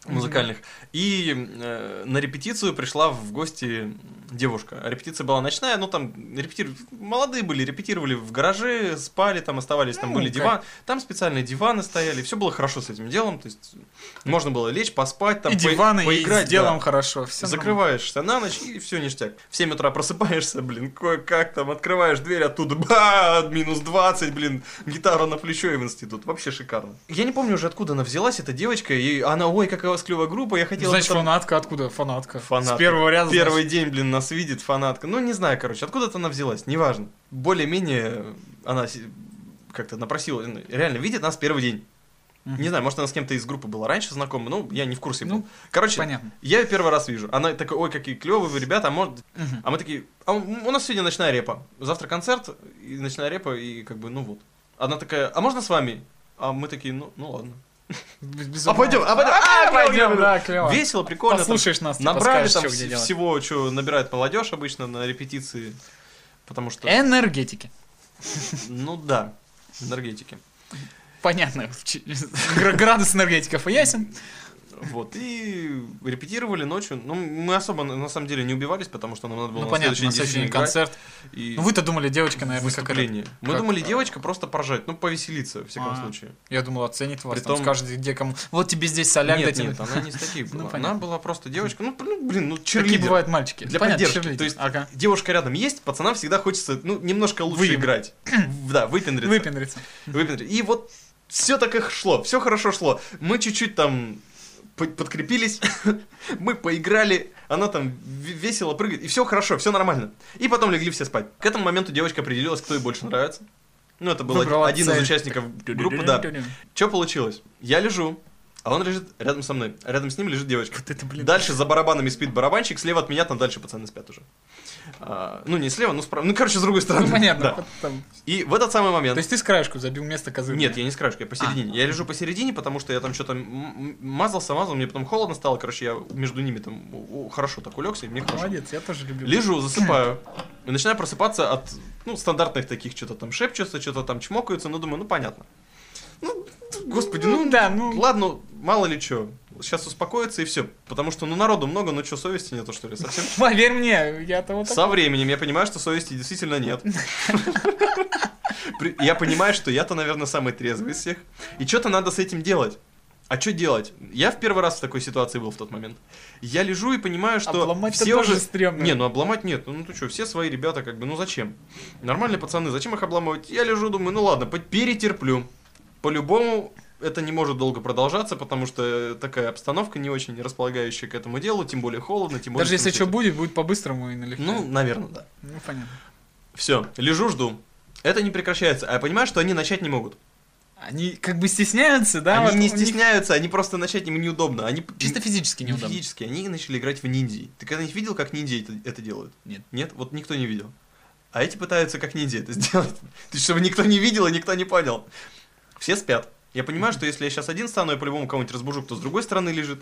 [SPEAKER 3] музыкальных, и э, на репетицию пришла в гости девушка. А Репетиция была ночная, ну там репетир... молодые были, репетировали в гараже, спали, там оставались, там
[SPEAKER 2] Ну,
[SPEAKER 3] были
[SPEAKER 2] как.
[SPEAKER 3] диван, там специальные диваны стояли, все было хорошо с этим делом, то есть можно было лечь, поспать, там
[SPEAKER 2] и
[SPEAKER 3] по-
[SPEAKER 2] диваны,
[SPEAKER 3] поиграть,
[SPEAKER 2] и с
[SPEAKER 3] да.
[SPEAKER 2] делом хорошо. Все
[SPEAKER 3] Закрываешься на ночь, и все ништяк. В 7 утра просыпаешься, блин, кое-как там, открываешь дверь оттуда, ба, минус 20, блин, гитару на плечо и в институт. Вообще шикарно. Я не помню уже, откуда она взялась, эта девочка, и она, ой, какая у вас клевая группа, я хотела...
[SPEAKER 2] Значит,
[SPEAKER 3] потом-
[SPEAKER 2] фанатка откуда? Фанатка.
[SPEAKER 3] <laughs> Фанатка.
[SPEAKER 2] С первого ряда.
[SPEAKER 3] Первый
[SPEAKER 2] значит.
[SPEAKER 3] день, блин, нас видит фанатка. Ну, не знаю, короче, откуда-то она взялась, неважно. Более-менее она си- как-то напросила, реально видит нас первый день.
[SPEAKER 2] Мгм.
[SPEAKER 3] Не знаю, может, она с кем-то из группы была раньше знакома, ну, я не в курсе был.
[SPEAKER 2] Ну,
[SPEAKER 3] Короче,
[SPEAKER 2] Понятно.
[SPEAKER 3] я ее первый раз вижу. Она такая, ой, какие клевые вы ребята, а может...
[SPEAKER 2] Мгм.
[SPEAKER 3] А мы такие, а у у нас сегодня ночная репа. Завтра концерт, и ночная репа, и как бы, ну вот. Она такая, а можно с вами? А мы такие, ну, ну ладно.
[SPEAKER 2] Без-
[SPEAKER 3] А
[SPEAKER 2] безумно.
[SPEAKER 3] пойдем, а пойдем, а,
[SPEAKER 2] Пойдем, да, клево.
[SPEAKER 3] Весело, прикольно. там
[SPEAKER 2] Послушаешь нас, типа,
[SPEAKER 3] Набрали
[SPEAKER 2] скажешь,
[SPEAKER 3] там
[SPEAKER 2] чё,
[SPEAKER 3] вс-
[SPEAKER 2] где делать.
[SPEAKER 3] всего, что набирает молодежь обычно на репетиции. Потому что,
[SPEAKER 2] Э? Энергетики.
[SPEAKER 3] ну да, энергетики.
[SPEAKER 2] Понятно. в чи- гра- Градус энергетиков и ясен.
[SPEAKER 3] Вот, и репетировали ночью. Ну, мы особо, на на самом деле, не убивались, потому что нам надо было
[SPEAKER 2] Ну
[SPEAKER 3] на
[SPEAKER 2] понятно,
[SPEAKER 3] следующий
[SPEAKER 2] на
[SPEAKER 3] день
[SPEAKER 2] следующий
[SPEAKER 3] действительно играть.
[SPEAKER 2] концерт.
[SPEAKER 3] И-
[SPEAKER 2] Ну вы-то думали, девочка, наверное, как это.
[SPEAKER 3] выступление. Мы
[SPEAKER 2] как-
[SPEAKER 3] думали, девочка просто поржать, ну, повеселиться, в всяком
[SPEAKER 2] А.
[SPEAKER 3] случае.
[SPEAKER 2] Я думал, оценит вас, там
[SPEAKER 3] Притом-
[SPEAKER 2] скажет, где кому. Вот тебе здесь соляк
[SPEAKER 3] нет,
[SPEAKER 2] дадим.
[SPEAKER 3] нет, она
[SPEAKER 2] <laughs>
[SPEAKER 3] не из таких
[SPEAKER 2] Ну,
[SPEAKER 3] была. она
[SPEAKER 2] понятно.
[SPEAKER 3] была просто девочка, ну, ну, блин, ну,
[SPEAKER 2] Такие
[SPEAKER 3] черлидер.
[SPEAKER 2] бывают мальчики.
[SPEAKER 3] Для
[SPEAKER 2] Понятно,
[SPEAKER 3] поддержки.
[SPEAKER 2] черлидер.
[SPEAKER 3] То есть-
[SPEAKER 2] Ага.
[SPEAKER 3] Девушка рядом есть, пацанам всегда хочется, ну, немножко лучше
[SPEAKER 2] Выеб- <clears throat>
[SPEAKER 3] играть. Да, выпендриться.
[SPEAKER 2] Выпендрится.
[SPEAKER 3] Выпендриться. И вот все так и шло, все хорошо шло. Мы чуть-чуть там по- подкрепились, <laughs> мы поиграли, она там в- весело прыгает, и все хорошо, все нормально. И потом легли все спать. К этому моменту девочка определилась, кто ей больше нравится. Ну, это был
[SPEAKER 2] Выбрала
[SPEAKER 3] один из
[SPEAKER 2] цель.
[SPEAKER 3] участников группы, да. Что получилось? Я лежу, а он лежит рядом со мной. Рядом с ним лежит девочка.
[SPEAKER 2] Вот это, блин.
[SPEAKER 3] Дальше за барабанами спит барабанщик, слева от меня там дальше пацаны спят уже. А, ну, не слева, ну справа. Ну, короче, с другой стороны.
[SPEAKER 2] Ну понятно.
[SPEAKER 3] Да.
[SPEAKER 2] вот там.
[SPEAKER 3] И в этот самый момент...
[SPEAKER 2] То есть А. ты с краешку забил место козырное?
[SPEAKER 3] Нет, я не с краешка, я посередине. Я лежу посередине, потому что я там что-то м- м- мазался, мазал, мне потом холодно стало, короче, я между ними там у- у- хорошо так улегся, и мне хорошо.
[SPEAKER 2] Молодец, я тоже люблю.
[SPEAKER 3] Лежу, засыпаю. И начинаю просыпаться от, ну, стандартных таких, что-то там шепчутся, что-то там чмокаются, ну, думаю, ну, понятно. Ну, господи, ну,
[SPEAKER 2] Ну да, ну.
[SPEAKER 3] Ладно, мало ли что. Сейчас успокоится и все. Потому что, ну, народу много, ну, что, совести нету, что ли, совсем?
[SPEAKER 2] Поверь мне, я-то вот Ну, так.
[SPEAKER 3] Со временем я понимаю, что совести действительно нет. При- Я понимаю, что я-то, наверное, самый трезвый из всех. И что-то надо с этим делать. А что делать? Я в первый раз в такой ситуации был в тот момент. Я лежу и понимаю, что
[SPEAKER 2] Обломать-то
[SPEAKER 3] все
[SPEAKER 2] тоже
[SPEAKER 3] уже...
[SPEAKER 2] стрёмно.
[SPEAKER 3] Не, ну обломать нет. Ну, ты что, все свои ребята как бы, ну зачем? Нормальные пацаны, зачем их обламывать? Я лежу, думаю, ну ладно, по- перетерплю. По-любому это не может долго продолжаться, потому что такая обстановка не очень располагающая к этому делу, тем более холодно, тем более...
[SPEAKER 2] Даже если что
[SPEAKER 3] конфетти.
[SPEAKER 2] будет, будет по-быстрому и налегке.
[SPEAKER 3] Ну, наверное, да.
[SPEAKER 2] Ну, понятно.
[SPEAKER 3] Все, лежу, жду. Это не прекращается. А я понимаю, что они начать не могут.
[SPEAKER 2] Они как бы стесняются, да? вот
[SPEAKER 3] они не
[SPEAKER 2] у них
[SPEAKER 3] стесняются, они просто начать им неудобно. Они
[SPEAKER 2] Чисто физически
[SPEAKER 3] не
[SPEAKER 2] неудобно.
[SPEAKER 3] физически, они начали играть в ниндзя. Ты когда-нибудь видел, как ниндзя это, это делают?
[SPEAKER 2] Нет.
[SPEAKER 3] Нет, вот никто не видел. А эти пытаются как ниндзя это <laughs> сделать. То есть, чтобы никто не видел и никто не понял. Все спят. Я понимаю, что если я сейчас один стану, я по-любому кого-нибудь разбужу, кто с другой стороны лежит.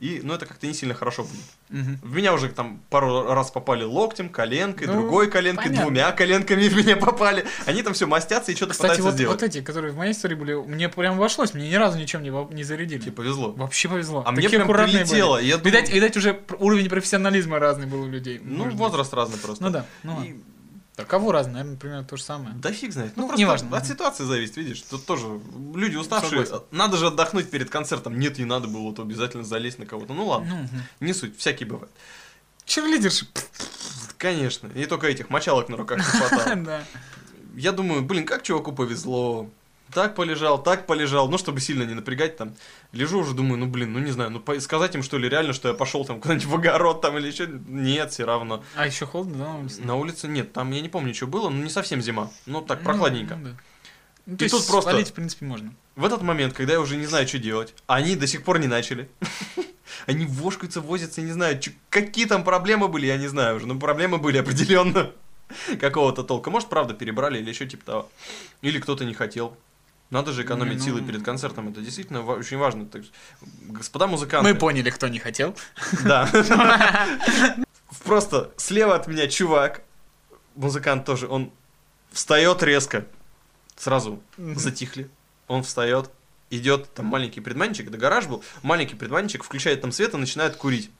[SPEAKER 3] И, ну, это как-то не сильно хорошо будет.
[SPEAKER 2] Мгм.
[SPEAKER 3] В меня уже там пару раз попали локтем, коленкой,
[SPEAKER 2] Ну,
[SPEAKER 3] другой коленкой,
[SPEAKER 2] понятно.
[SPEAKER 3] двумя коленками в меня попали. Они там все мастятся и что-то
[SPEAKER 2] Кстати,
[SPEAKER 3] пытаются
[SPEAKER 2] вот,
[SPEAKER 3] сделать.
[SPEAKER 2] вот эти, которые в моей истории были, мне прям вошлось, мне ни разу ничем не, во- не зарядили. типа,
[SPEAKER 3] Тебе повезло.
[SPEAKER 2] Вообще повезло.
[SPEAKER 3] А мне
[SPEAKER 2] Такие
[SPEAKER 3] прям
[SPEAKER 2] аккуратные были.
[SPEAKER 3] прилетело. Я думаю,
[SPEAKER 2] Видать, видать, уже пр- уровень профессионализма разный был у людей.
[SPEAKER 3] ну,
[SPEAKER 2] может быть.
[SPEAKER 3] возраст разный просто.
[SPEAKER 2] Ну да. Ну,
[SPEAKER 3] И-
[SPEAKER 2] да, кого разный, наверное, примерно то же самое.
[SPEAKER 3] Да фиг знает. Ну,
[SPEAKER 2] Ну,
[SPEAKER 3] просто
[SPEAKER 2] неважно.
[SPEAKER 3] от ситуации зависит, видишь. Тут тоже люди уставшие.
[SPEAKER 2] Согласен.
[SPEAKER 3] Надо же отдохнуть перед концертом. Нет, не надо было, то обязательно залезть на кого-то. Ну ладно,
[SPEAKER 2] Ну, мгм.
[SPEAKER 3] не суть, всякие бывают.
[SPEAKER 2] Черлидерши. <laughs>
[SPEAKER 3] Конечно, и только этих мочалок на руках не хватало.
[SPEAKER 2] Да.
[SPEAKER 3] Я думаю, блин, как чуваку повезло. Так полежал, так полежал, ну, чтобы сильно не напрягать там. Лежу уже, думаю, ну, блин, ну, не знаю, ну, по- сказать им, что ли, реально, что я пошел там куда-нибудь в огород там или еще? Нет, все равно.
[SPEAKER 2] А еще холодно, да, на улице?
[SPEAKER 3] На улице нет, там я не помню, что было, ну, не совсем зима, ну, так,
[SPEAKER 2] Ну,
[SPEAKER 3] прохладненько.
[SPEAKER 2] ну да. Ну,
[SPEAKER 3] И
[SPEAKER 2] то есть
[SPEAKER 3] тут просто-
[SPEAKER 2] свалить, в принципе, можно.
[SPEAKER 3] В этот момент, когда я уже не знаю, что делать, они до сих пор не начали. <laughs> Они вошкаются, возятся, не знаю, чё- какие там проблемы были, я не знаю уже, но проблемы были определенно <laughs> какого-то толка. Может, правда, перебрали или еще типа того. Или кто-то не хотел. Надо же экономить
[SPEAKER 2] Не, ну-
[SPEAKER 3] силы перед концертом, это действительно ва- очень важно. Так что, господа музыканты,
[SPEAKER 2] Мы поняли, кто не хотел.
[SPEAKER 3] <laughs> да. <laughs> Просто слева от меня чувак, музыкант тоже, он встает резко, сразу затихли. Он встает, идет, там маленький предманчик, это гараж был, маленький предманчик, включает там свет и начинает курить.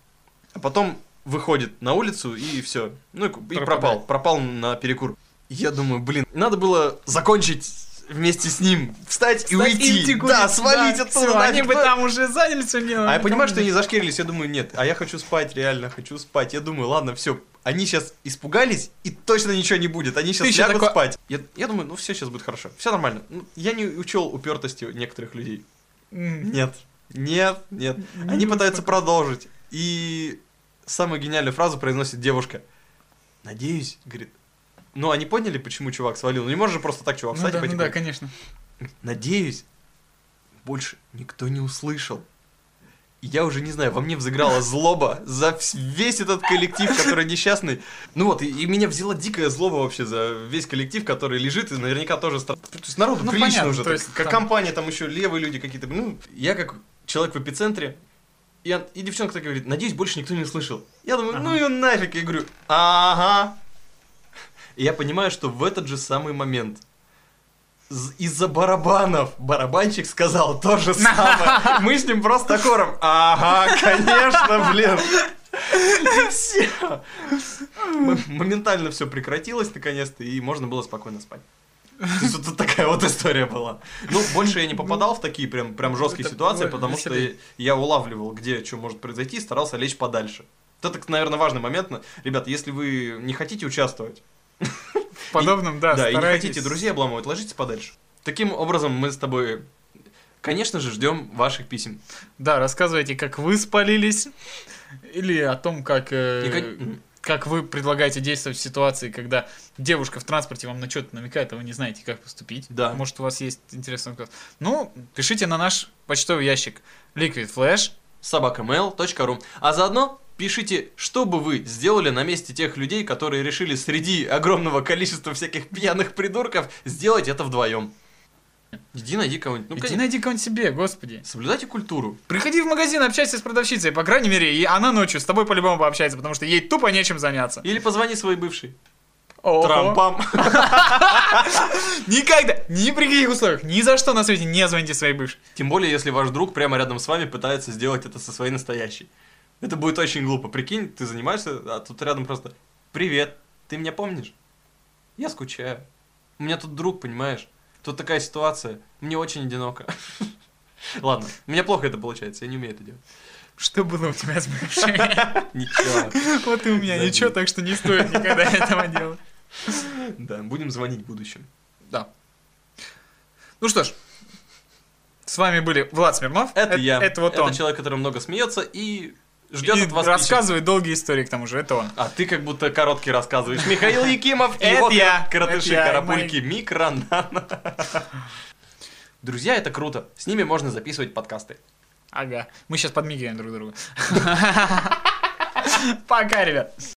[SPEAKER 3] А потом выходит на улицу и все. Ну и, ку- и пропал.
[SPEAKER 2] Пропадает.
[SPEAKER 3] Пропал на перекур. Я думаю, блин, надо было закончить вместе с ним. Встать, и уйти. да, свалить оттуда.
[SPEAKER 2] все, Они
[SPEAKER 3] нафиг.
[SPEAKER 2] бы там уже заняли все дело.
[SPEAKER 3] А я понимаю, что они зашкерились, я думаю, нет, а я хочу спать, реально, хочу спать. Я думаю, ладно, все, они сейчас испугались, и точно ничего не будет. Они сейчас
[SPEAKER 2] Ты ещё
[SPEAKER 3] лягут
[SPEAKER 2] такой-
[SPEAKER 3] спать. Я, я думаю, ну все сейчас будет хорошо, все нормально. Ну, я не учел упертости некоторых людей.
[SPEAKER 2] М.
[SPEAKER 3] Нет, нет, нет.
[SPEAKER 2] Не
[SPEAKER 3] Они пытаются продолжить. И самую гениальную фразу произносит девушка. Надеюсь, говорит. Ну, они поняли, почему чувак свалил. Ну, не может же просто так
[SPEAKER 2] Ну
[SPEAKER 3] чувак встать и
[SPEAKER 2] да,
[SPEAKER 3] пойти
[SPEAKER 2] ну да,
[SPEAKER 3] куда-то.
[SPEAKER 2] конечно.
[SPEAKER 3] Надеюсь, больше никто не услышал. И Я уже не знаю, во мне взыграла злоба за вс- весь этот коллектив, который несчастный. Ну вот, и, и меня взяла дикая злоба вообще за весь коллектив, который лежит и наверняка тоже страдает. То есть народу
[SPEAKER 2] Ну,
[SPEAKER 3] прилично
[SPEAKER 2] понятно,
[SPEAKER 3] уже.
[SPEAKER 2] то
[SPEAKER 3] так,
[SPEAKER 2] есть
[SPEAKER 3] как
[SPEAKER 2] там-
[SPEAKER 3] компания, там еще левые люди какие-то. Ну, я как человек в эпицентре, и, он- и девчонка так говорит, надеюсь, больше никто не услышал. Я думаю,
[SPEAKER 2] Ага.
[SPEAKER 3] ну и нафиг. Я говорю, ага. И я понимаю, что в этот же самый момент з- из-за барабанов барабанщик сказал то же самое. Мы с ним просто хором. Ага, конечно, блин. И все. М- Моментально все прекратилось наконец-то, и можно было спокойно спать. То есть вот тут такая вот история была. Ну, больше я не попадал в такие прям, прям жесткие
[SPEAKER 2] Это
[SPEAKER 3] ситуации,
[SPEAKER 2] было
[SPEAKER 3] потому что
[SPEAKER 2] веселее.
[SPEAKER 3] я улавливал, где что может произойти, и старался лечь подальше. Вот это, наверное, важный момент. Ребята, если вы не хотите участвовать,
[SPEAKER 2] В подобном, да,
[SPEAKER 3] да, и не
[SPEAKER 2] старайтесь.
[SPEAKER 3] хотите друзей обламывать, ложитесь подальше. Таким образом, мы с тобой, конечно же, ждем ваших писем.
[SPEAKER 2] Да, рассказывайте, как вы спалились, или о том, как, э,
[SPEAKER 3] И как-
[SPEAKER 2] как вы предлагаете действовать в ситуации, когда девушка в транспорте вам на что-то намекает, а вы не знаете, как поступить.
[SPEAKER 3] Да.
[SPEAKER 2] Может, у вас есть интересный вопрос. Ну, пишите на наш почтовый ящик Liquid Flash.
[SPEAKER 3] собакамейл.ру. А заодно пишите, что бы вы сделали на месте тех людей, которые решили среди огромного количества всяких пьяных придурков сделать это вдвоем. Иди найди кого-нибудь. Ну,
[SPEAKER 2] Иди
[SPEAKER 3] конечно.
[SPEAKER 2] найди кого-нибудь себе, господи.
[SPEAKER 3] Соблюдайте культуру.
[SPEAKER 2] Приходи в магазин, общайся с продавщицей, по крайней мере, и она ночью с тобой по-любому пообщается, потому что ей тупо нечем заняться.
[SPEAKER 3] Или позвони своей бывшей.
[SPEAKER 2] О,
[SPEAKER 3] Трампам.
[SPEAKER 2] Никогда, ни при каких условиях, ни за что на свете не звоните своей бывшей.
[SPEAKER 3] Тем более, если ваш друг прямо рядом с вами пытается сделать это со своей настоящей. Это будет очень глупо. Прикинь, ты занимаешься, а тут рядом просто «Привет, ты меня помнишь?» «Я скучаю. У меня тут друг, понимаешь? Тут такая ситуация. Мне очень одиноко». <laughs> Ладно, у меня плохо это получается, я не умею это делать.
[SPEAKER 2] Что было у тебя с бывшей? <laughs>
[SPEAKER 3] Ничего.
[SPEAKER 2] Вот и у меня
[SPEAKER 3] Забей.
[SPEAKER 2] ничего, так что не стоит никогда этого делать.
[SPEAKER 3] Да, будем звонить в будущем.
[SPEAKER 2] Да. Ну что ж, С вами были Влад Смирнов. Э,
[SPEAKER 3] Это я.
[SPEAKER 2] Это вот
[SPEAKER 3] это
[SPEAKER 2] он.
[SPEAKER 3] человек, который много смеется и ждет
[SPEAKER 2] И
[SPEAKER 3] от вас писем.
[SPEAKER 2] рассказывает долгие истории, к тому же, это он.
[SPEAKER 3] А ты как будто короткий рассказываешь. Михаил Якимов и
[SPEAKER 2] Это
[SPEAKER 3] его
[SPEAKER 2] я. Это
[SPEAKER 3] коротыши,
[SPEAKER 2] я,
[SPEAKER 3] карапульки, микронана. Друзья, это круто. С ними можно записывать подкасты.
[SPEAKER 2] Ага. Мы сейчас подмигиваем друг другу. <laughs> Пока, ребят.